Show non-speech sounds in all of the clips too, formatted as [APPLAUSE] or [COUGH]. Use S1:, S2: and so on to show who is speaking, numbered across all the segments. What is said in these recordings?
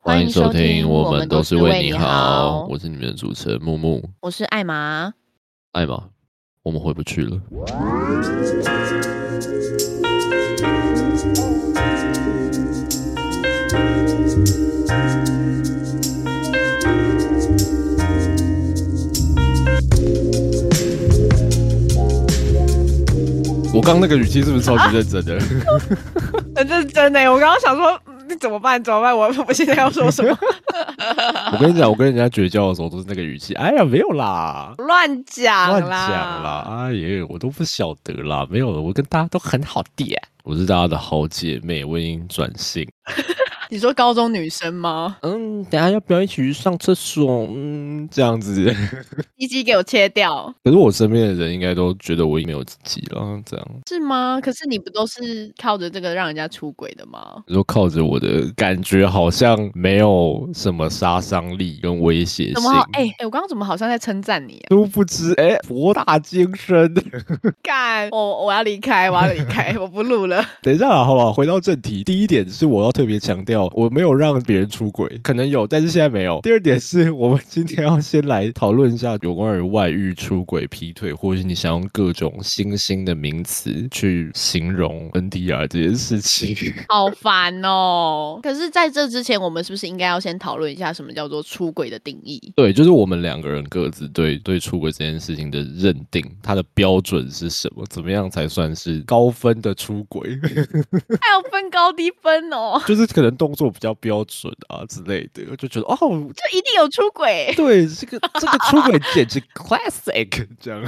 S1: 欢迎收听，
S2: 我
S1: 我
S2: 们
S1: 们
S2: 都
S1: 都
S2: 是
S1: 是
S2: 为
S1: 为
S2: 你
S1: 你
S2: 好
S1: 好，我是你们的主持人木木
S2: 我是艾玛。
S1: 艾玛，我们回不去了。我刚那个语气是不是超级认真的？ [LAUGHS]
S3: 很认真呢、我刚刚想说嗯怎么办？怎么办？我 [LAUGHS] 我现在要说什么？ [LAUGHS]
S1: 我跟你讲，我跟人家绝交的时候都是那个语气。哎呀，没有啦，
S3: 乱讲
S1: 乱
S3: 啦！
S1: 讲啦！哎呀，我都不晓得啦，没有了，我跟大家都很好的耶。我是大家的好姐妹，我已经转性。
S3: 你说高中女生吗？
S1: 嗯，等下要不要一起去上厕所？嗯，这样子。
S3: 鸡鸡给我切掉
S1: [LAUGHS] 可是我身边的人应该都觉得我没有自己了，这样。
S3: 是吗？可是你不都是靠着这个让人家出轨的吗？
S1: 就靠着我的感觉，好像没有什么杀伤力跟威胁性。
S3: 怎么好？哎、哎、我刚刚怎么好像在称赞你、啊？
S1: 殊不知，哎、博大精深。
S3: 干，我我要离开，我要离 [LAUGHS] 开，我不录了。
S1: 等一下啦，好不好？回到正题，第一点是我要特别强调，我没有让别人出轨，可能有，但是现在没有。第二点是我们今天要先来讨论一下有关于外遇、出轨、劈腿，或者是你想用各种新兴的名词去形容 NDR 这件事情。 [LAUGHS]
S3: 好烦哦！ [LAUGHS] 可是在这之前，我们是不是应该要先讨论一下什么叫做出轨的定义？
S1: 对，就是我们两个人各自对对出轨这件事情的认定，它的标准是什么？怎么样才算是高分的出
S3: [LAUGHS]
S1: 轨？[LAUGHS]
S3: 还有分高低分哦，
S1: 就是可能动作比较标准啊之类的，就觉得哦，
S3: 就一定有出轨。
S1: [LAUGHS]
S3: [LAUGHS]
S1: 对，这个这个出轨简直 classic 这样。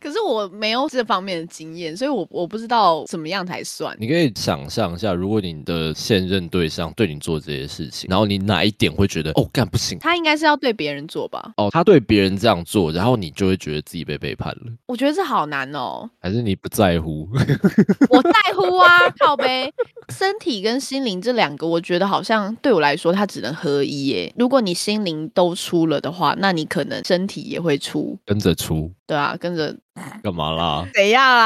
S3: 可是我没有这方面的经验，所以我我不知道怎么样才算。
S1: [LAUGHS] 你可以想象一下，如果你的现任对象对你做这些事情，然后你哪一点会觉得哦，干不行
S3: 他应该是要对别人做吧？
S1: 哦，他对别人这样做，然后你就会觉得自己被背叛了，
S3: 我觉得这好难哦。
S1: 还是你不在乎？ [LAUGHS]
S3: 我在乎啊，靠呗。身体跟心灵这两个，我觉得好像对我来说，它只能合一耶。如果你心灵都出了的话，那你可能身体也会出，
S1: 跟着出
S3: 对啊，跟着
S1: 干嘛啦？
S3: 怎样啊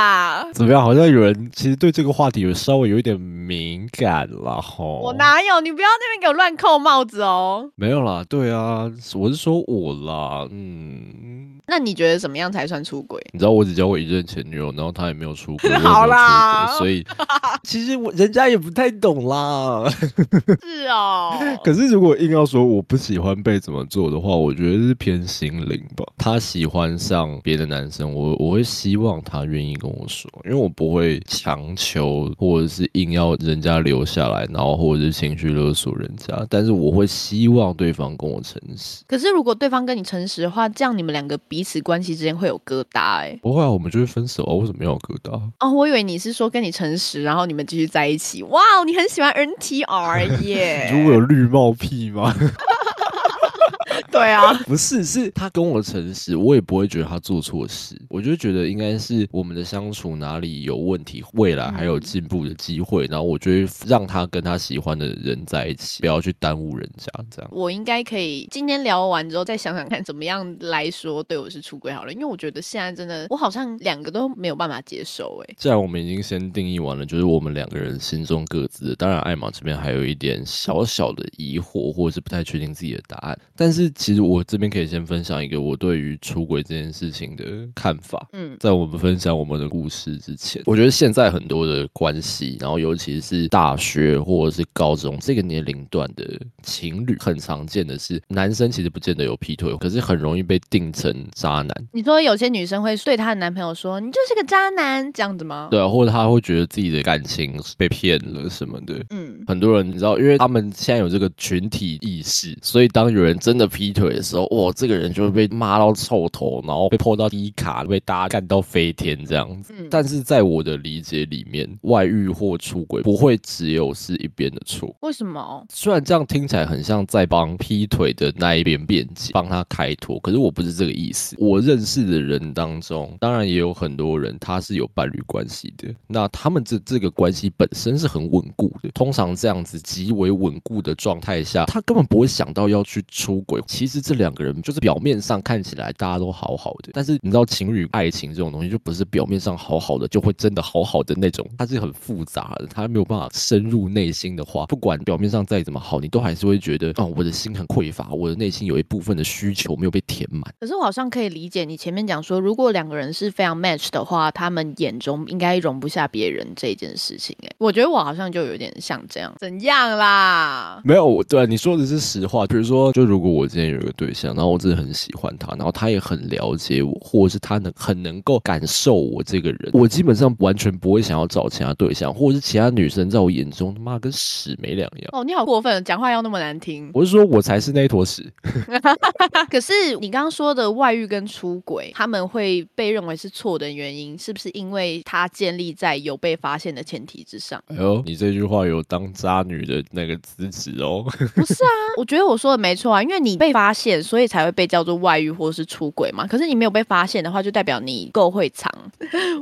S3: 啦？
S1: 怎么样？好像有人其实对这个话题有稍微有一点敏感啦吼。
S3: 我哪有？你不要那边给我乱扣帽子哦。
S1: 没有啦，对啊，我是说我啦，嗯，
S3: 那你觉得怎么样才算出轨？
S1: 你知道我只交过一任前女友，然后她也没有出
S3: [LAUGHS]
S1: 轨，我也没有
S3: 好
S1: 出
S3: 啦
S1: 轨
S3: [LAUGHS]
S1: 所以其实我人家也不太懂啦。
S3: 是哦，
S1: 可是如果硬要说我不喜欢被怎么做的话，我觉得是偏心灵吧。他喜欢上别的男生，我我会希望他愿意跟我说，因为我不会强求或者是硬要人家留下来，然后或者是情绪勒索人家。但是我会希望对方跟我诚实。
S3: 可是如果对方跟你诚实的话，这样你们两个彼此关系之间会有疙瘩哎、
S1: 不会啊，我们就会分手啊，为什么要有疙瘩？？
S3: 哦，我以为你是说跟你诚实，然后你们继续在一起。哇，哦你很喜欢 NTR 耶
S1: [LAUGHS] 如果有绿帽癖吗？
S3: 对啊，
S1: [LAUGHS] 不是，是他跟我诚实，我也不会觉得他做错事，我就觉得应该是我们的相处哪里有问题，未来还有进步的机会，然后我就会让他跟他喜欢的人在一起，不要去耽误人家这样。
S3: 我应该可以今天聊完之后再想想看怎么样来说对我是出轨好了，因为我觉得现在真的我好像两个都没有办法接受哎。
S1: 既然我们已经先定义完了，就是我们两个人心中各自的。当然，艾玛这边还有一点小小的疑惑，或者是不太确定自己的答案。但是，其实我这边可以先分享一个我对于出轨这件事情的看法。
S3: 嗯，
S1: 在我们分享我们的故事之前，我觉得现在很多的关系，然后尤其是大学或者是高中这个年龄段的情侣，很常见的是男生其实不见得有劈腿，可是很容易被定成渣男，
S3: 你说有些女生会对她的男朋友说你就是个渣男这样子吗？
S1: 对啊，或者他会觉得自己的感情被骗了什么的。
S3: 嗯，
S1: 很多人你知道，因为他们现在有这个群体意识，所以当有人真的劈腿的时候，哇，这个人就会被骂到臭头，然后被泼到低卡，被大家干到飞天这样子。
S3: 嗯
S1: 但是在我的理解里面，外遇或出轨不会只有是一边的错。
S3: 为什么？哦
S1: 虽然这样听起来很像在帮劈腿的那一边辩解，帮他开脱，可是我不是这个意思。我认识的人当中，当然也有很多人他是有伴侣关系的，那他们这这个关系本身是很稳固的。通常这样子极为稳固的状态下，他根本不会想到要去出轨。其实这两个人就是表面上看起来大家都好好的，但是你知道情侣爱情这种东西就不是表面上好好的就会真的好好的那种，它是很复杂的，它没有办法深入内心的话，不管表面上再怎么好，你都还是会觉得哦，我的心很匮乏，我的内心有一部分的需求没有被填满。
S3: 可是我好像可以理解你前面讲说，如果两个人是非常 match 的话，他们眼中应该容不下别人这件事情、欸。哎，我觉得我好像就有点像这样，怎样啦？
S1: 没有，我对、啊你说的是实话。比如说，就如果我今天有一个对象，然后我真的很喜欢他，然后他也很了解我，或者是他能很能够感受我这个人，我基本上完全不会想要找其他对象，或者是其他女生在我眼中他妈跟屎没两样。
S3: 哦，你好过分，讲话要那么难听。
S1: 我是说我才是那一坨屎，
S3: 可是你刚刚说的外遇跟出轨，他们会被认为是错的原因，是不是因为它建立在有被发现的前提之上？
S1: 哎呦，你这句话有当渣女的那个资质哦。 [LAUGHS]
S3: 不是啊， [LAUGHS] 我觉得我说的没错啊，因为你被发现，所以才会被叫做外遇或是出轨嘛。可是你没有被发现的话，就代表你够会藏。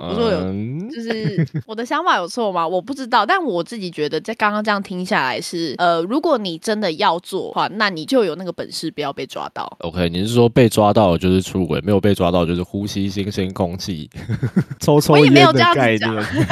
S3: 我说有
S1: 嗯，
S3: 就是我的想法有错吗？我不知道，但我自己觉得，在刚刚这样听下来是，呃，如果你真的要做的话，那你就有那个本事，不要被抓到。 [LAUGHS]
S1: OK，你是说被抓到的就是出轨，没有被抓到就是呼吸新鲜空气、 [LAUGHS] 抽抽
S3: 我也没
S1: 烟
S3: 有
S1: 的
S3: 这样子
S1: 概
S3: 讲
S1: 念？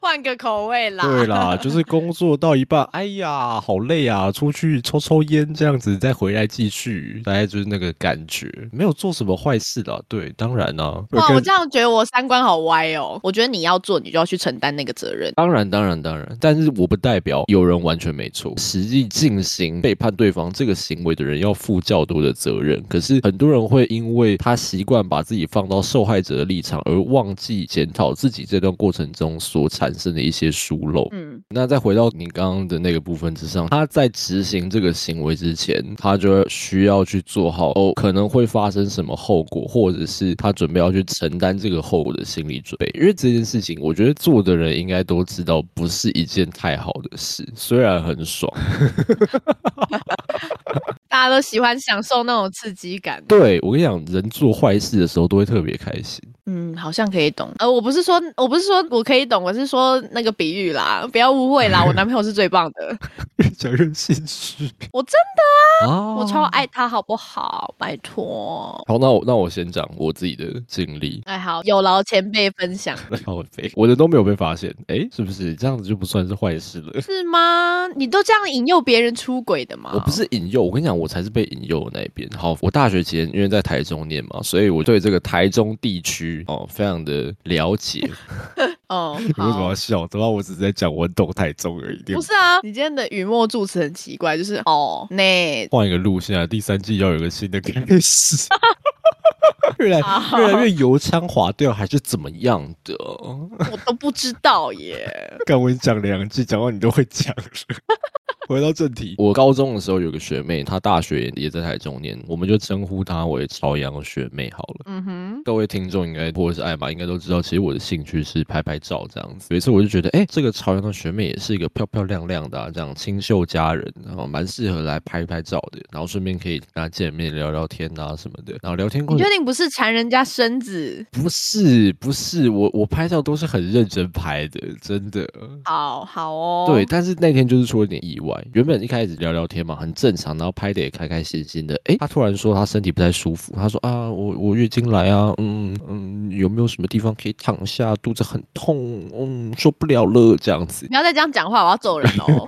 S3: 换个口味啦。
S1: 对啦，就是工作到一半， [LAUGHS] 哎呀，好累啊，出去抽抽烟这样子，再回来继续，大概就是那个感觉，没有做什么坏事啦。对，当然啦、
S3: 哇，
S1: 跟
S3: 我这样觉得我三观好歪哦。我觉得你要做，你就要去承担那个责任。
S1: 当然，当然，当然，但是我不代表有人完全没错。实际进行背叛对方这个行为的人要负较多的责任。可是很多人会因为他习惯把自己放到受害者的立场，而忘记检讨自己这段过程中所产生的一些疏漏。
S3: 嗯，
S1: 那再回到你刚刚的那个部分之上，他在执行这个行为之前，他就会需要去做好哦，可能会发生什么后果，或者是他准备要去承担这个后果的心理准备。因为这件事情，我觉得做的人应该都知道，不是一件太好的事，虽然很爽。
S3: 大家都喜欢享受那种刺激感。
S1: 对我跟你讲，人做坏事的时候都会特别开心。
S3: 嗯，好像可以懂。呃，我不是说，我不是说我可以懂，我是说那个比喻啦，不要误会啦。我男朋友是最棒
S1: [LAUGHS]
S3: 的，
S1: 越讲越心虚
S3: 我真
S1: 啊
S3: 我超爱他，好不好？拜托。
S1: 好，那我那我先讲我自己的经历。
S3: 哎，好，有劳前辈分享，
S1: 好肥， [LAUGHS] 我的都没有被发现，哎、是不是这样子就不算是坏事了？
S3: 是吗？你都这样引诱别人出轨的吗？
S1: 我不是引诱，我跟你讲，我才是被引诱的那一边。好，我大学期间因为在台中念嘛，所以我对这个台中地区哦非常的了 [LAUGHS] 解。 [LAUGHS]
S3: 哦，
S1: 你为什么
S3: 好
S1: 要笑？他妈我只是在讲我懂台中而已。
S3: 不是啊，你今天的语末助词很奇怪，就是哦，那
S1: 换一个路线啊，第三季要有一个新的开 [LAUGHS] 始。越来
S3: 好
S1: 越来越油腔滑调还是怎么样的？
S3: 我都不知道
S1: [LAUGHS]
S3: 耶。
S1: 刚我已经讲两季，讲到你都会讲了。回到正题，我高中的时候有个学妹，她大学也在台中念，我们就称呼她为朝阳学妹好了。
S3: 嗯哼，
S1: 各位听众应该或者是艾玛应该都知道，其实我的兴趣是拍拍照这样子。有一次我就觉得，哎、这个朝阳的学妹也是一个漂漂亮亮的、啊，这样清秀佳人，然后蛮适合来拍拍照的，然后顺便可以跟她见面聊聊天啊什么的。然后聊天过
S3: 你
S1: 程
S3: 确定不是缠人家身子？
S1: 不是不是，我我拍照都是很认真拍的，真的。
S3: 好好哦，
S1: 对，，但是那天就是出了点意外。原本一开始聊聊天嘛，很正常，然后拍的也开开心心的。诶，她突然说她身体不太舒服，她说啊，我我月经来啊，嗯嗯，有没有什么地方可以躺下？肚子很痛，嗯，受不了了这
S3: [LAUGHS]
S1: 样子。
S3: 不要再这样讲话，我要走人
S1: [LAUGHS]
S3: 哦。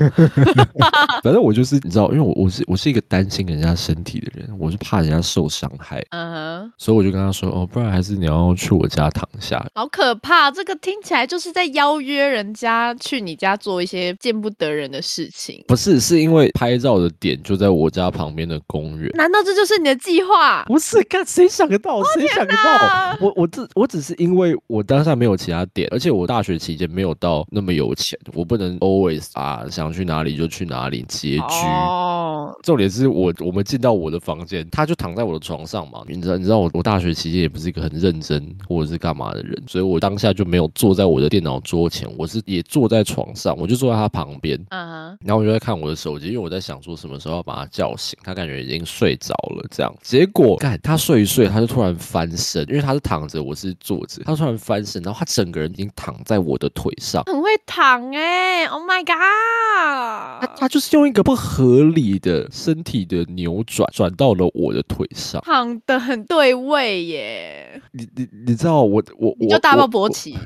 S1: 反正我就是你知道，因为我我是我是一个担心人家身体的人，我是怕人家受伤害，
S3: 嗯哼，
S1: 所以我就跟她说哦，不然还是你要去我家躺下。
S3: 好可怕！这个听起来就是在邀约人家去你家做一些见不得人的事情。
S1: 不是，是因为拍照的点就在我家旁边的公园。
S3: 难道这就是你的计划？
S1: 不是，看谁想得到，谁想得到？我我只我只是因为我当下没有其他点，而且我大学期间没有到那么有钱，我不能 always 啊想去哪里就去哪里拮据。
S3: 哦，
S1: 重点是我我们进到我的房间，他就躺在我的床上嘛。你知道你知道我我大学期间也不是一个很认真或者是干嘛的人，所以我当下就没有坐在我的电脑桌前，我是也坐在床上，我就坐在他旁边。
S3: 嗯哼，
S1: 然后我就在看我的手机，因为我在想说什么时候要把他叫醒，他感觉已经睡着了这样。结果，干他睡一睡，他就突然翻身，因为他是躺着，我是坐着，他突然翻身，然后他整个人已经躺在我的腿上。
S3: 欸，Oh 很会躺哎、o h my god！
S1: 他他啊就是用一个不合理的身体的扭转，转到了我的腿上。
S3: 躺的很对位耶，
S1: 你你你知道我我
S3: 你
S1: 我
S3: 就大爆
S1: 我
S3: 勃起，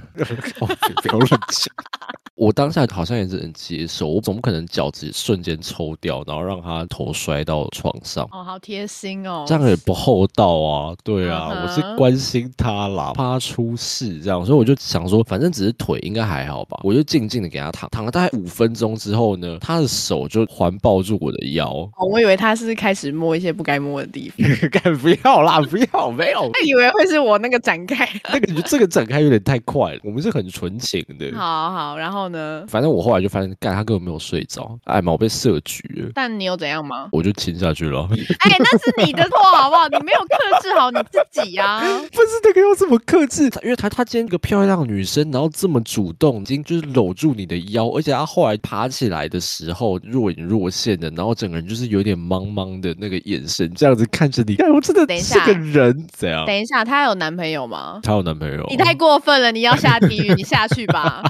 S1: 我哦不要乱讲。 [LAUGHS] 我当下好像也只能接受，我总不可能脚趾瞬间抽掉，然后让他头摔到床上，
S3: 哦，好贴心哦，
S1: 这样也不厚道啊。对啊，
S3: 嗯哼
S1: 我是关心他啦，怕他出事这样，所以我就想说，反正只是腿应该还好吧，我就静静的给他躺，躺了大概五分钟之后呢，他的手就环抱住我的腰，
S3: 哦，我以为他是开始摸一些不该摸的地方，
S1: [LAUGHS] 干不要啦， [LAUGHS] 不要，没有。
S3: 以为会是我那个展开。
S1: 那个这个展开有点太快了，我们是很纯情的。
S3: 好好，然后呢？
S1: 反正我后来就发现，干他根本没有睡着，哎妈，我被设局了，？
S3: 但你有怎样吗
S1: [LAUGHS] 我就亲下去了。
S3: 哎、那是你的错好不好？你没有克制好你自己
S1: [LAUGHS]
S3: 呀、啊。
S1: 不是那个要这么克制，因为她她今天一个漂亮女生，然后这么主动，已经就是搂住你的腰，而且她后来爬起来的时候若隐若现的，然后整个人就是有点茫茫的那个眼神，这样子看着你，哎，我真
S3: 等一
S1: 的是
S3: 下
S1: 个人怎样？
S3: 等一下，她有男朋友吗？
S1: 她有男朋友？
S3: 你太过分了，你要下地狱，你下去吧。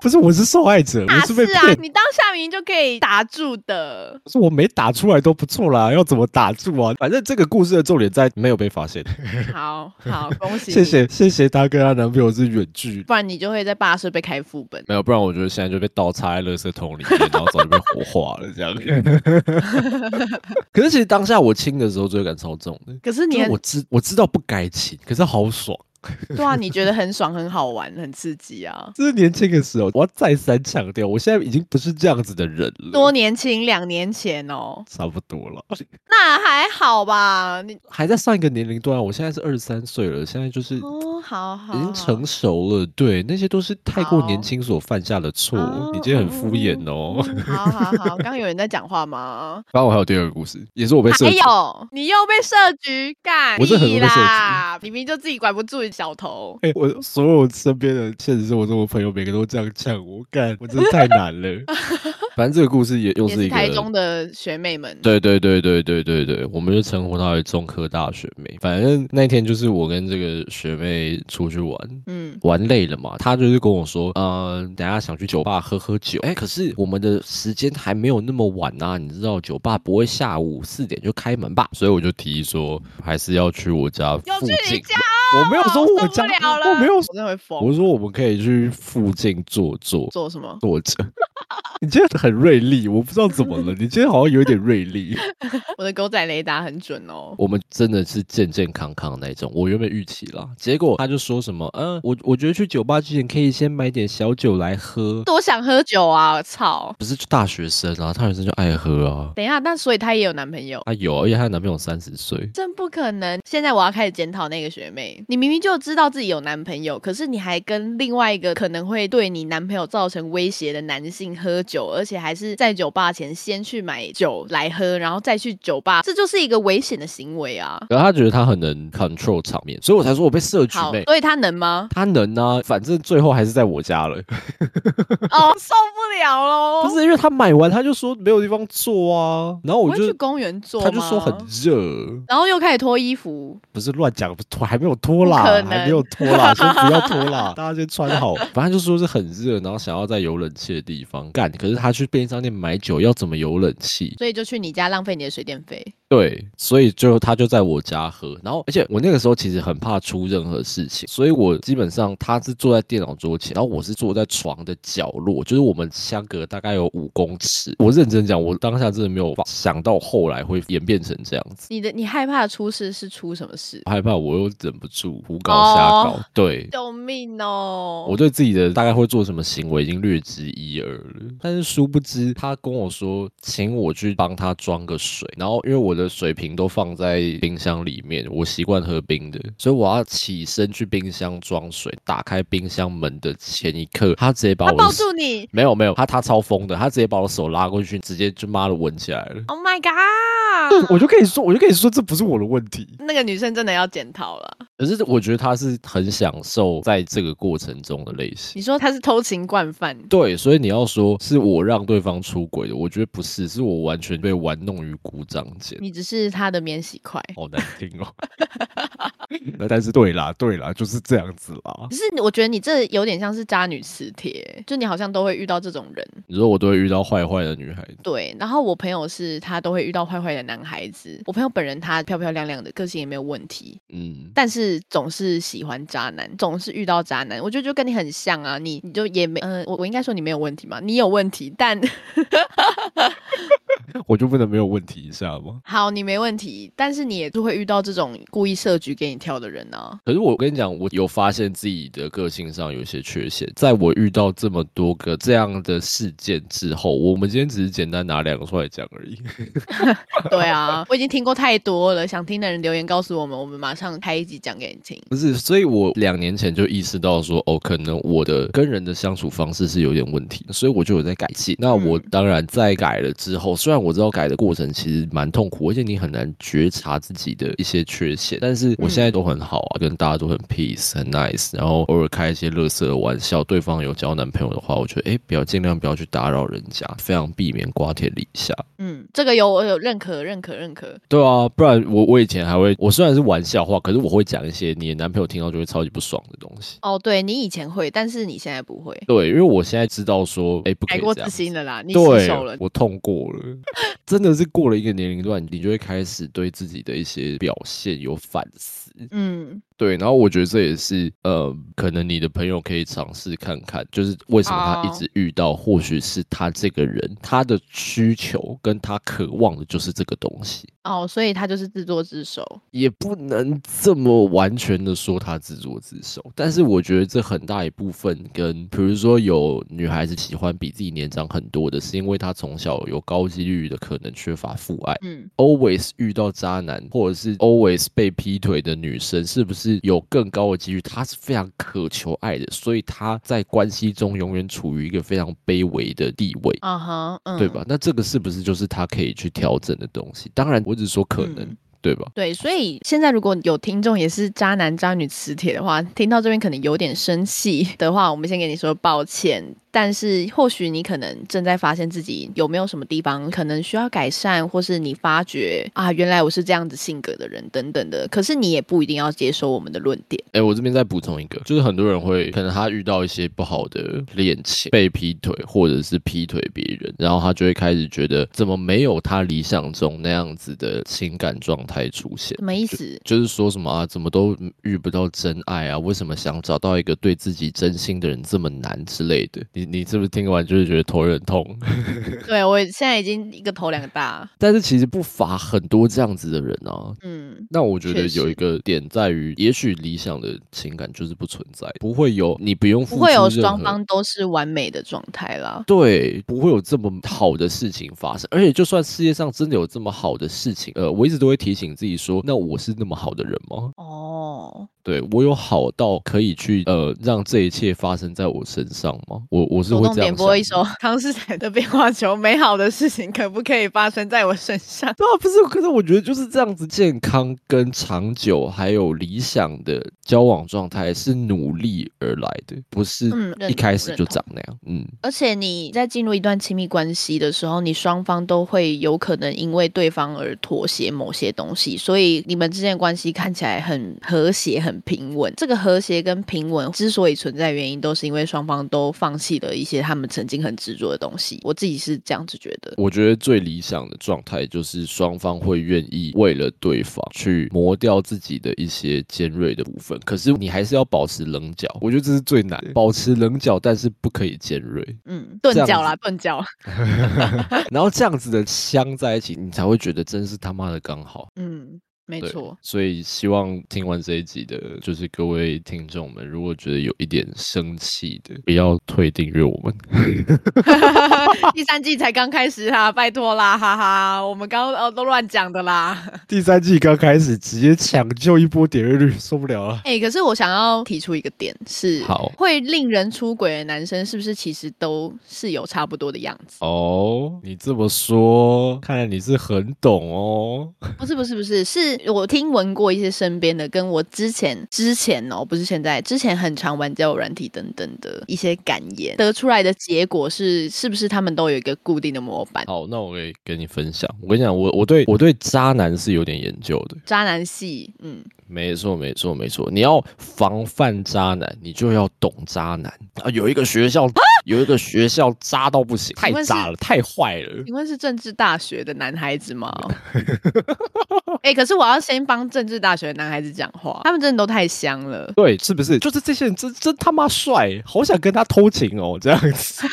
S1: 不是我是受害者，
S3: 啊
S1: [LAUGHS] 我是被
S3: 啊
S1: 骗，，
S3: 你当下明明就可以打住的。
S1: 可是我没打出来都不错啦，要怎么打住啊？反正这个故事的重点在没有被发现。
S3: 好好，恭喜，
S1: 谢。谢谢谢她跟她男朋友是远距离。
S3: 不然你就会在霸社被开副本。
S1: 没有，不然我觉得现在就被倒插在垃圾桶里面，然后早就被火化了这样。可是其实当下我亲的时候罪恶感超重的，
S3: 可是你
S1: 就是
S3: 很
S1: 我知我知道不该亲，可是好爽。
S3: 对啊，你觉得很爽、很好玩、很刺激
S1: [LAUGHS]
S3: 啊。
S1: 这是年轻的时候，我要再三强调，我现在已经不是这样子的人了，
S3: 多年轻，两年前哦，
S1: 差不多了，
S3: 那还好吧？你
S1: 还在上一个年龄段。我现在是二十三岁了，现在就是嗯已
S3: 哦，好好，
S1: 经
S3: 好
S1: 成熟了。对，那些都是太过
S3: 好
S1: 年轻所犯下的错
S3: 哦。
S1: 你今天很敷衍哦。 [LAUGHS]
S3: 嗯好好好，刚刚有人在讲话吗？
S1: 然后我还有第二个故事，也是我被设
S3: 还
S1: 计
S3: 有，你又被设局干，
S1: 我是很容易
S3: 屁
S1: 被设局
S3: 啦，明明就自己管不住小头。
S1: 哎、
S3: [LAUGHS]
S1: [LAUGHS] 我所有身边的现实生活中的朋友，每个都这样呛我，干，我真的太难
S3: [LAUGHS]
S1: 了。反正这个故事也又
S3: 也
S1: 一
S3: 是
S1: 个，
S3: 台中的学妹们，
S1: 对对对对对对对，我们就称呼她为中科大学妹。反正那天就是我跟这个学妹出去玩，
S3: 嗯，
S1: 玩累了嘛，她就是跟我说，呃，等一下想去酒吧喝喝酒。哎、可是我们的时间还没有那么晚啊，你知道酒吧不会下午四点就开门吧？所以我就提议说，还是要去我家
S3: 有
S1: 附
S3: 去你
S1: 近。
S3: 家，
S1: 我没有说我
S3: 受
S1: 家
S3: 不了，了，
S1: 我没有
S3: 我真的会
S1: 我
S3: 疯。
S1: 是说我们可以去附近坐坐
S3: 做什么？
S1: 坐着。 [LAUGHS] 你今天很锐利，我不知道怎么了，你今天好像有点锐 [LAUGHS] 利。
S3: 我的狗仔雷达很准哦。
S1: 我们真的是健健康康的那种，我原本预期啦，结果他就说什么，嗯，我我觉得去酒吧之前可以先买点小酒来喝，
S3: 多想喝酒啊！操！
S1: 不是就大学生啊，大学生就爱喝啊。
S3: 等一下，那所以她也有男朋友？
S1: 啊有啊，而且她的男朋友三十岁，
S3: 真不可能！现在我要开始检讨那个学妹，你明明就知道自己有男朋友，可是你还跟另外一个可能会对你男朋友造成威胁的男性喝酒，而且还是在酒吧前先去买酒来喝，然后再去酒吧，这就是一个危险的行为啊！
S1: 然后她觉得她很能 control 场面，所以我才说我被设局
S3: 好，
S1: 妹。？
S3: 所以他能吗
S1: 她能啊，反正最后还是在我家了。
S3: 哦，受不了喽！
S1: 不，是因为她买完，她就说没有地方坐啊，然后
S3: 我
S1: 我
S3: 会
S1: 就
S3: 去公园坐
S1: 她就说
S3: 吗
S1: 很热，
S3: 然后又开始脱衣服，
S1: 不是乱讲，不脱还没有脱啦
S3: 不可，能
S1: 还没有脱
S3: [LAUGHS]
S1: 啦，先不要脱啦，大家先穿好。反正就说是很热，然后想要在有冷气的地方干，可是他去便利商店买酒要怎么有冷气？
S3: 所以就去你家浪费你的水电费。
S1: 对，所以最后他就在我家喝。然后，而且我那个时候其实很怕出任何事情，所以我基本上他是坐在电脑桌前，然后我是坐在床的角落，就是我们相隔大概有五公尺。我认真讲，我当下真的没有想到后来会演变成这样子。
S3: 你的你害怕的出事是出什么事？
S1: 害怕我又忍不住胡搞瞎搞
S3: 哦
S1: 对，
S3: 救命哦！
S1: 我对自己的大概会做什么行为已经略知一二了，但是殊不知他跟我说，请我去帮他装个水，然后因为我的水瓶都放在冰箱里面，我习惯喝冰的，所以我要起身去冰箱装水。打开冰箱门的前一刻，他直接把
S3: 他
S1: 我的
S3: 抱
S1: 手
S3: 住你
S1: 没有没有，他他超疯的，他直接把我手拉过去，直接
S3: [LAUGHS]
S1: 就妈的吻起来了。
S3: ！Oh my god！
S1: 嗯我就跟你说，我就跟你说，这不是我的问题。
S3: 那个女生真的要检讨了。
S1: 可是我觉得他是很享受在这个过程中的类型。
S3: 你说他是偷情惯犯，
S1: 对，所以你要说是我让对方出轨的，我觉得不是，是我完全被玩弄于股掌间，
S3: 你只是他的免洗块。
S1: 好难听哦。那但是对啦，对啦，就是这样子啦。
S3: 可是我觉得你这有点像是渣女磁铁，就你好像都会遇到这种人。
S1: 你说我都会遇到坏坏的女孩子，
S3: 对，然后我朋友是她都会遇到坏坏的男孩子。我朋友本人她漂漂亮亮的，个性也没有问题，
S1: 嗯，
S3: 但是总是喜欢渣男，总是遇到渣男。我觉得就跟你很像啊，你你就也没，呃，我我应该说你没有问题嘛，你有问题，但
S1: 我就不能没有问题一下吗？
S3: 好，你没问题，但是你也就会遇到这种故意设局给你跳的人啊。
S1: 可是我跟你讲，我有发现自己的个性上有一些缺陷。在我遇到这么多个这样的事件之后，我们今天只是简单拿两个出来讲而已。
S3: [LAUGHS] 对啊，我已经听过太多了，想听的人留言告诉我们，我们马上开一集讲给你听。
S1: 不是，所以我两年前就意识到说，哦，可能我的跟人的相处方式是有点问题，所以我就有在改进。那我当然在改了之后，虽然我知道改的过程其实蛮痛苦，而且你很难觉察自己的一些缺陷，但是我现在都很好啊，跟大家都很 peace，很 nice，然后偶尔开一些乐色的玩笑。对方有交男朋友的话，我觉得哎，不要尽量不要去打扰人家，非常避免瓜田李下。
S3: 嗯，这个有我有认可，认可，认可。
S1: 对啊，不然我我以前还会，我虽然是玩笑话，可是我会讲一些你的男朋友听到就会超级不爽的东西。
S3: 哦，对你以前会，但是你现在不会，
S1: 对，因为我现在知道说，哎，不可
S3: 改
S1: 以
S3: 过自
S1: 这样。
S3: 新了啦，你洗
S1: 对
S3: 手了，。
S1: 我痛过了， [LAUGHS] 真的是过了一个年龄段，你就会开始对自己的一些表现有反思。
S3: 嗯，
S1: 对，然后我觉得这也是呃，可能你的朋友可以尝试看看，就是为什么他
S3: 哦
S1: 一直遇到，或许是他这个人他的需求跟他渴望的就是这个东西，
S3: 哦，所以他就是自作自受。
S1: 也不能这么完全的说他自作自受，但是我觉得这很大一部分跟，比如说有女孩子喜欢比自己年长很多的，是因为她从小有高几率的可能缺乏父爱
S3: 嗯，
S1: ，always 遇到渣男或者是 always 被劈腿的女生，是不是有更高的几率她是非常渴求爱的，所以她在关系中永远处于一个非常卑微的地位。
S3: 啊哈，嗯，
S1: 对吧？？那这个是不是就是她可以去调整的东西？当然，我只是说可能，
S3: 嗯
S1: 对吧？
S3: 对，所以现在如果有听众也是渣男渣女磁铁的话，听到这边可能有点生气的话，我们先给你说抱歉。但是或许你可能正在发现自己有没有什么地方可能需要改善，或是你发觉啊，原来我是这样子性格的人等等的。可是你也不一定要接受我们的论点。
S1: 哎、我这边再补充一个，就是很多人会可能他遇到一些不好的恋情，被劈腿或者是劈腿别人，然后他就会开始觉得怎么没有他理想中那样子的情感状态出现。
S3: 什么意思？
S1: 就是说什么啊，怎么都遇不到真爱啊？为什么想找到一个对自己真心的人这么难之类的？你你是不是听完就是觉得头有点痛？ [LAUGHS]
S3: 对我现在已经一个头两个大。
S1: 但是其实不乏很多这样子的人啊，
S3: 嗯，
S1: 那我觉
S3: 确
S1: 得
S3: 实
S1: 有一个点在于，也许理想的情感就是不存在，不会有你不用付
S3: 不
S1: 出
S3: 会有
S1: 任
S3: 双
S1: 何
S3: 方都是完美的状态啦。
S1: 对，不会有这么好的事情发生。而且，就算世界上真的有这么好的事情，呃，我一直都会提醒自己说，那我是那么好的人吗？
S3: 哦，
S1: 对我有好到可以去呃让这一切发生在我身上吗？我我是
S3: 主
S1: 会
S3: 动
S1: 这
S3: 点
S1: 样
S3: 播一
S1: 想
S3: 首
S1: 的。
S3: [LAUGHS] 康斯坦的变化球，美好的事情可不可以发生在我身上？
S1: 对啊，不是，可是我觉得就是这样子，健康跟长久还有理想的交往状态是努力而来的，不是
S3: 嗯认
S1: 一开
S3: 同
S1: 始
S3: 认
S1: 就
S3: 同
S1: 长那样。嗯，
S3: 而且你在进入一段亲密关系的时候，你双方都会有可能因为对方而妥协某些东西，所以你们之间的关系看起来很和谐、很平稳。这个和谐跟平稳之所以存在，原因都是因为双方都放弃了一些他们曾经很执着的东西。我自己是这样子觉得。
S1: 我觉得最理想的状态就是双方会愿意为了对方去磨掉自己的一些尖锐的部分，可是你还是要保持棱角。我觉得这是最难，保持棱角，但是不可以尖锐。 [LAUGHS]
S3: 嗯，钝
S1: 这样
S3: 角啦
S1: 子，
S3: 钝角。
S1: 然后这样子的相在一起，你才会觉得真是他妈的刚好。
S3: 嗯，没
S1: 对
S3: 错。，
S1: 所以希望听完这一集的，就是各位听众们，如果觉得有一点生气的，不要退订阅我们。
S3: [LAUGHS] 第三季才刚开始啊，拜托啦，哈哈，我们刚刚、哦、都乱讲的啦。
S1: [LAUGHS] 第三季刚开始，直接抢救一波点阅率，受不了了。
S3: [LAUGHS] 哎、可是我想要提出一个点是，
S1: [LAUGHS] 好
S3: 会令人出轨的男生是不是其实都是有差不多的样子？
S1: 哦，你这么说，看来你是很懂哦。
S3: 不是不是不是，是是我听闻过一些身边的，跟我之前之前哦，不是现在，之前很常玩交友软体等等的一些感言，得出来的结果是，是不是他们都有一个固定的模板？
S1: 好，那我可以跟你分享。我跟你讲，我我对我对渣男是有点研究的。
S3: 渣男系，嗯，
S1: 没错，没错，没错。你要防范渣男，你就要懂渣男啊。有一个学校，有一个学校渣到不行，太
S3: 请问是
S1: 渣了，太坏了。
S3: 请问是政治大学的男孩子
S1: [LAUGHS]
S3: 吗？哎、可是我要先帮政治大学的男孩子讲话，他们真的都太香了。
S1: 对，是不是？就是这些人真真他妈帅，好想跟他偷情哦，这样子。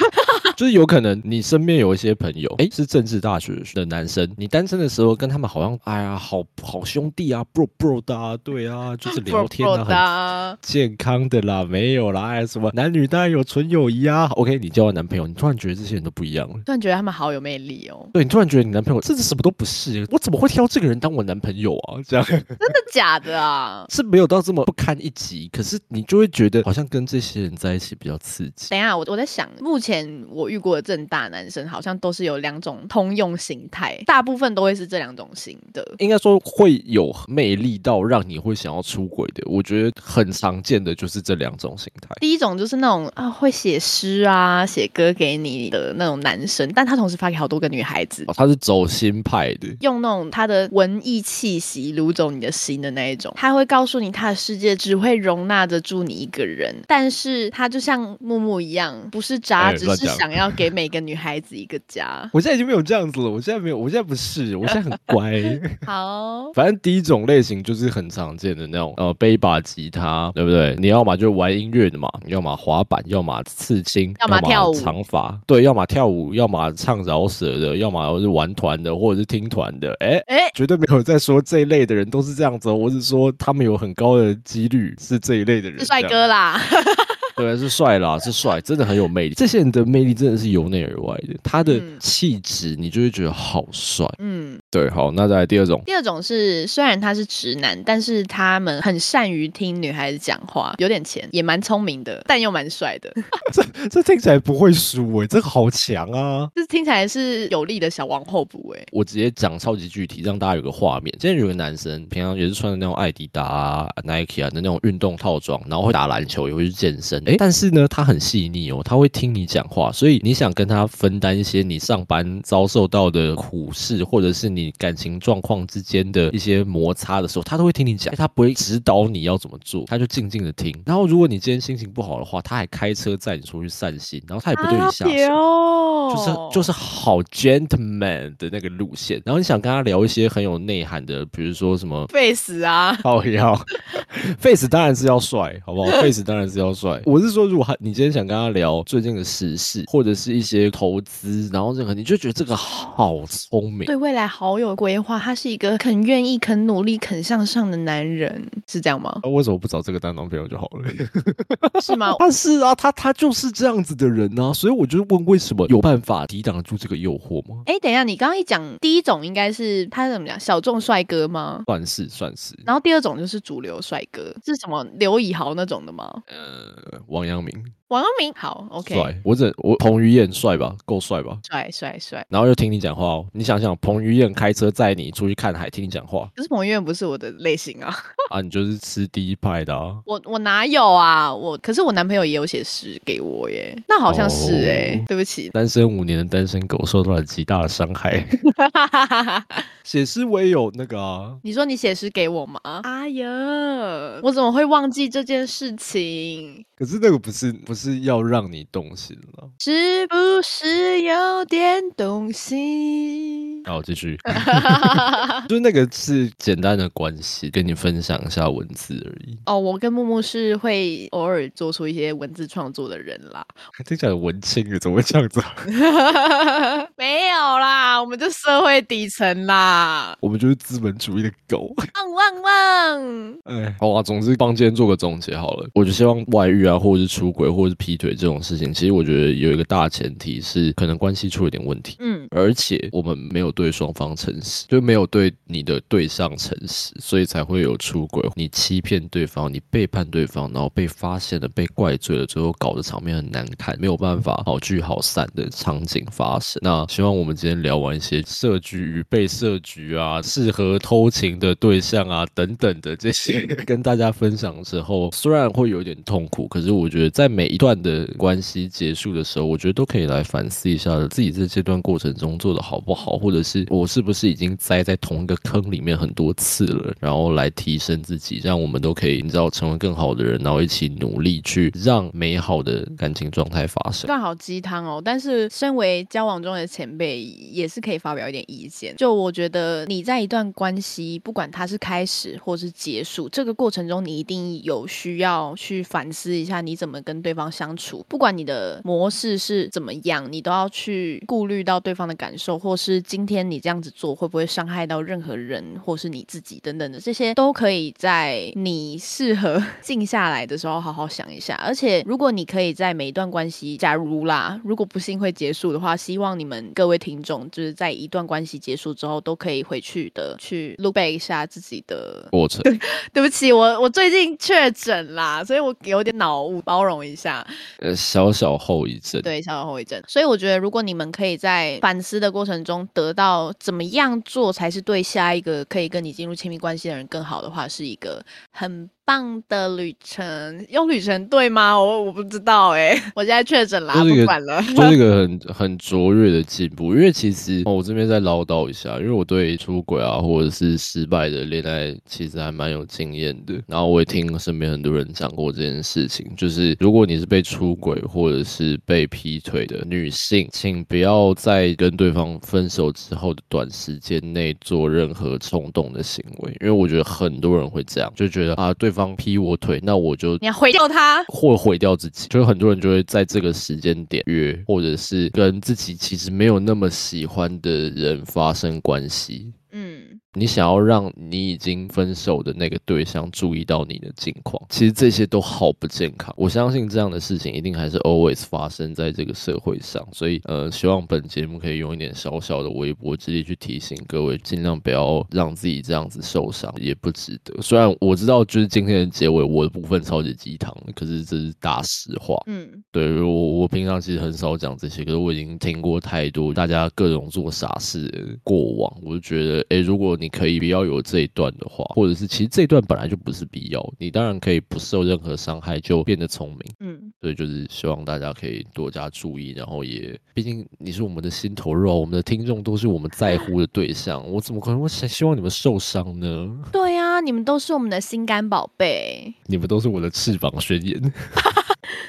S1: 就是有可能你身边有一些朋友，哎，是政治大学的男生，你单身的时候跟他们好像，哎呀，好好兄弟啊，bro bro 的啊，对啊，就是聊天
S3: Bro
S1: 啊，
S3: bro
S1: 很
S3: 的啊
S1: 健康的啦，没有啦，哎，什么男女当然有纯友谊啊。OK，你交完男朋友，你突然觉得这些人都不一样了。
S3: 突然觉得他们好有魅力哦，
S1: 对你突然觉得你男朋友这是什么都不是，我怎么会挑这个人当我男朋友啊？这样
S3: 真的假的啊？
S1: 是没有到这么不堪一击，可是你就会觉得好像跟这些人在一起比较刺激。
S3: 等一下，我我在想，目前我遇过的正大男生好像都是有两种通用形态，大部分都会是这两种型的。
S1: 应该说会有魅力到让你会想要出轨的，我觉得很常见的就是这两种形态。
S3: 第一种就是那种啊会写诗啊、写歌给你的那种男生，但他同时发给好多个女孩子
S1: 哦，，他是走心派的，
S3: 用那种他的文艺气息掳走你的心的那一种。他会告诉你，他的世界只会容纳得住你一个人，但是他就像木木一样，不是渣，
S1: 哎
S3: 只
S1: 乱
S3: 是
S1: 讲。
S3: 想要给每个女孩子一个家 [LAUGHS]
S1: 我现在已经没有这样子了，我现在没有，我现在不是，我现在很乖。
S3: 好，
S1: 反正第一种类型就是很常见的那种，呃，背一把吉他，对不对？你要么就玩音乐的嘛，要么滑板，要么刺青，
S3: 要么跳舞
S1: 长发，对，要么跳舞，要么唱饶舌的，要么是玩团的，或者是听团的。哎，
S3: 哎、
S1: 绝对没有在说这一类的人都是这样子、哦，我是说他们有很高的几率是这一类的人。
S3: 是帅
S1: 这样，
S3: 哥啦。
S1: 对，是帅啦，是帅，真的很有魅力。这些人的魅力真的是由内而外的，他的
S3: 嗯
S1: 气质你就会觉得好帅。
S3: [LAUGHS] 嗯，
S1: 对，好，那再来第二种。
S3: 第二种是，虽然他是直男，但是他们很善于听女孩子讲话，有点钱，也蛮聪明的，但又蛮帅的， [LAUGHS]
S1: 这听起来不会输欸诶、这个好强啊！
S3: 这听起来是有力的小王候补哎、
S1: 我直接讲超级具体，让大家有个画面。今天有个男生，平常也是穿的那种艾迪达啊、Nike 啊的那种运动套装，然后会打篮球，也会去健身。诶，但是呢，他很细腻哦，他会听你讲话，所以你想跟他分担一些你上班遭受到的苦事，或者是你感情状况之间的一些摩擦的时候，他都会听你讲，他不会指导你要怎么做，他就静静的听。然后如果你今天心情不好的话，他还开车载你出去散心，然后哎他也不对你下手。
S3: 啊哦
S1: 就是就是好 gentleman 的那个路线，然后你想跟他聊一些很有内涵的，比如说
S3: [LAUGHS]
S1: 什么
S3: face 啊，
S1: 靠腰，face 当然是要帅，好不好？face 当然是要帅。我是说，如果他你今天想跟他聊最近的时事，或者是一些投资，然后任何，你就觉得这个好聪明。
S3: 对未来好有规划，他是一个肯愿意、肯努力、肯向上的男人，是这样吗？
S1: 啊为什么不找这个当男朋友就好了？ [LAUGHS]
S3: 是 [LAUGHS] 吗？
S1: 但是啊，他他就是这样子的人啊，所以我就问，为什么有办法抵挡住这个诱惑吗？
S3: 哎，等一下，你刚刚一讲，第一种应该是他怎么讲，小众帅哥吗？
S1: 算是算是，
S3: 然后第二种就是主流帅哥，是什么刘以豪那种的吗？
S1: 呃，王阳明
S3: 王阳明，好，OK，
S1: 帅，我只我彭于晏帅吧，够帅吧？
S3: 帅帅帅。
S1: 然后又听你讲话哦，你想想，彭于晏开车载你出去看海，听你讲话
S3: 可是彭于晏不是我的类型啊，
S1: 啊，你就是吃第一派的啊。
S3: 我我哪有啊？我可是我男朋友也有写诗给我耶，那好像是哎、
S1: 哦
S3: 对不起，
S1: 单身五年的单身狗受到了极大的伤害。写诗我也有那个啊，
S3: 你说你写诗给我吗？哎呀，我怎么会忘记这件事情？
S1: 可是那个不是不是要让你动心了。
S3: 是不是有点动心？
S1: 那我继续，就是那个是简单的关系，跟你分享一下文字而已。
S3: 哦，我跟木木是会偶尔做出一些文字创作的人啦，
S1: 听起来很文青耶，怎么会这样子、啊？
S3: [LAUGHS] 没有啦，我们就社会底层 [LAUGHS] 啦，
S1: 我们就是资本主义的狗。
S3: 旺旺旺！
S1: 哎，好啊，总之帮今天做个总结好了。我就希望外遇啊，或者是出轨，或者是劈腿这种事情，其实我觉得有一个大前提是，可能关系出了点问题，
S3: 嗯，
S1: 而且我们没有对双方诚实，就没有对你的对象诚实，所以才会有出轨。你欺骗对方，你背叛对方，然后被发现了，被怪罪了，最后搞得场面很难看，没有办法好聚好散的场景发生。那希望我们今天聊完一些设局与被设局啊、适合偷情的对象啊等等的这些跟大家分享之后，虽然会有点痛苦，可是我觉得在每一段的关系结束的时候，我觉得都可以来反思一下自己在这段过程中做的好不好，或者是我是不是已经栽在同一个坑里面很多次了，然后来提升自己，让我们都可以你知道成为更好的人，然后一起努力去让美好的感情状态发生。
S3: 刚好鸡汤哦，但是身为交往中的前辈，也是可以发表一点意见。就我觉得你在一段关系，不管它是开始或是结束，这个过程中你一定有需要去反思一下你怎么跟对方相处。不管你的模式是怎么样，你都要去顾虑到对方的感受，或是今天你这样子做会不会伤害到任何人，或是你自己等等的，这些都可以在你适合 [LAUGHS] 静下来的时候好好想一下。而且，如果你可以在每一段关系，假如啦，如果不幸会结束的话，希望你们各位听众就是在一段关系结束之后，都可以回去的去 look back 一下自己的 [LAUGHS]
S1: 过程，
S3: 对不起，我我最近确诊啦，所以我有点脑雾，包容一下。
S1: 呃，小小后遗症。
S3: 对，小有后遗症。所以我觉得，如果你们可以在反思的过程中得到怎么样做才是对下一个可以跟你进入亲密关系的人更好的话，是一个很棒的旅程。用旅程对吗？我我不知道哎、 [LAUGHS] 我现在确诊啦，
S1: 这是一
S3: 不
S1: 个
S3: 管了。
S1: 就是一个很 [LAUGHS] 很卓越的进步，因为其实、哦、我这边再唠叨一下，因为我对出轨啊或者是失败的恋爱其实还蛮有经验的，然后我也听身边很多人讲过这件事情，就是如果你是被出轨或者是被劈腿的女性，请不要在跟对方分手之后的短时间内做任何冲动的行为，因为我觉得很多人会这样，就觉得啊对方劈我腿，那我就
S3: 你要毁掉他，
S1: 或毁掉自己，就是很多人就会在这个时间点约，或者是跟自己其实没有那么喜欢的人发生关系。
S3: 嗯，
S1: 你想要让你已经分手的那个对象注意到你的近况，其实这些都好不健康。我相信这样的事情一定还是 always 发生在这个社会上，所以呃，希望本节目可以用一点小小的微薄之力去提醒各位，尽量不要让自己这样子受伤，也不值得。虽然我知道就是今天的结尾我的部分超级鸡汤，可是这是大实话。
S3: 嗯，
S1: 对我，我平常其实很少讲这些，可是我已经听过太多大家各种做傻事的过往，我就觉得，诶，如果你可以不要有这一段的话，或者是其实这一段本来就不是必要，你当然可以不受任何伤害就变得聪明。
S3: 嗯，
S1: 所以就是希望大家可以多加注意，然后也，毕竟你是我们的心头肉，我们的听众都是我们在乎的对象，我怎么可能会想希望你们受伤呢？ [LAUGHS]
S3: 对呀、你们都是我们的心肝宝贝。
S1: 你们都是我的翅膀宣言， [LAUGHS]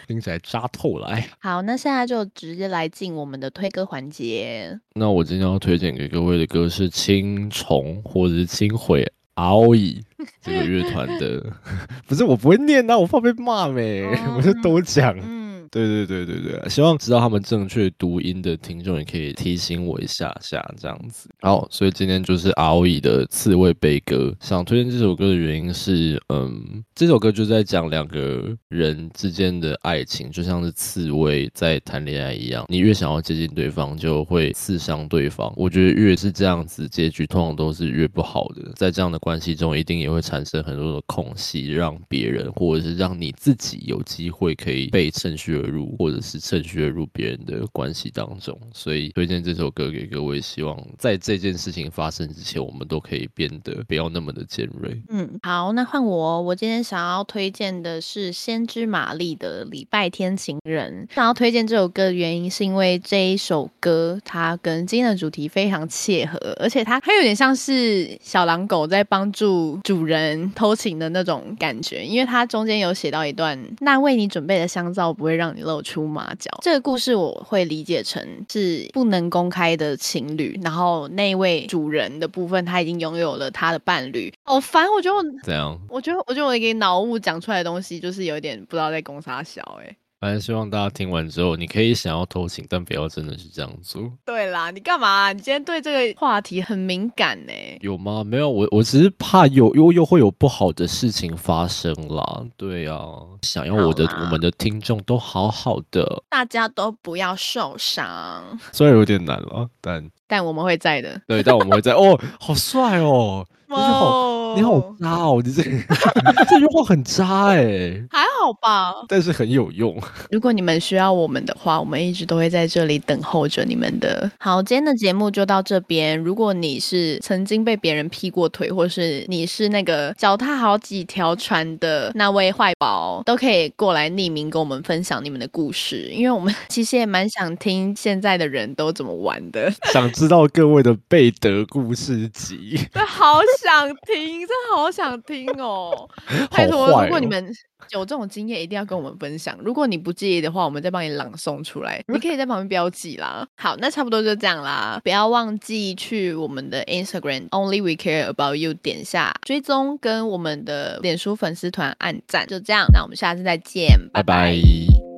S1: 听起来扎透了，哎呀。
S3: 好，那现在就直接来进我们的推歌环节。
S1: 那我今天要推荐给各位的歌是青虫或者是青回熬蚁这个乐团的， [LAUGHS] 不是我不会念啊，我怕被骂没，
S3: 哦
S1: [LAUGHS] 我就都讲。
S3: 嗯，
S1: 对对对对对，希望知道他们正确读音的听众也可以提醒我一下下这样子。好，所以今天就是敖乙的《刺猬悲歌》，想推荐这首歌的原因是，嗯，这首歌就在讲两个人之间的爱情，就像是刺猬在谈恋爱一样，你越想要接近对方，就会刺伤对方。我觉得越是这样子，结局通常都是越不好的。在这样的关系中，一定也会产生很多的空隙，让别人或者是让你自己有机会可以被趁虚而入，或者是趁虚而入别人的关系当中。所以推荐这首歌给各位，希望在这件事情发生之前，我们都可以变得不要那么的尖锐。
S3: 嗯，好，那换我哦。我今天想要推荐的是先知玛丽的《礼拜天情人》。想要推荐这首歌的原因，是因为这一首歌它跟今天的主题非常切合，而且它它有点像是小狼狗在帮助主人偷情的那种感觉，因为它中间有写到一段“那为你准备的香皂不会让你露出马脚”。这个故事我会理解成是不能公开的情侣，然后那一位主人的部分他已经拥有了他的伴侣。好烦，我觉得我
S1: 怎样？
S3: 我觉得，我觉得我给脑雾讲出来的东西，就是有点不知道在攻啥小哎、
S1: 反正希望大家听完之后，你可以想要偷情，但不要真的是这样做。
S3: 对啦，你干嘛啊、你今天对这个话题很敏感欸呢、
S1: 有吗？没有，我我只是怕有又又会有不好的事情发生啦。对啊，想要我的
S3: 好啦
S1: 我们的听众都好好的，
S3: 大家都不要受伤，
S1: 虽然有点难了，但
S3: 但我们会在的。
S1: [LAUGHS] 对，但我们会在哦，好帅哦，你好
S3: 哇哦
S1: [LAUGHS] 你好渣哦，你这这句话很渣哎、
S3: 还好吧？
S1: [LAUGHS] 但是很有用。
S3: 如果你们需要我们的话，我们一直都会在这里等候着你们的。好，今天的节目就到这边。如果你是曾经被别人劈过腿，或是你是那个脚踏好几条船的那位坏宝，都可以过来匿名跟我们分享你们的故事，因为我们 [LAUGHS] 其实也蛮想听现在的人都怎么玩的。
S1: 想知道各位的贝德故事集，
S3: 这好想听，这好想听
S1: [LAUGHS]
S3: 哦！拜
S1: 好
S3: 托，
S1: 坏、哦。
S3: 如果你们有这种经验，一定要跟我们分享。如果你不介意的话，我们再帮你朗诵出来，你可以在旁边标记啦。好，那差不多就这样啦，不要忘记去我们的 Instagram Only We Care About You 点下追踪，跟我们的脸书粉丝团按赞。就这样，那我们下次再见，
S1: 拜
S3: 拜
S1: 拜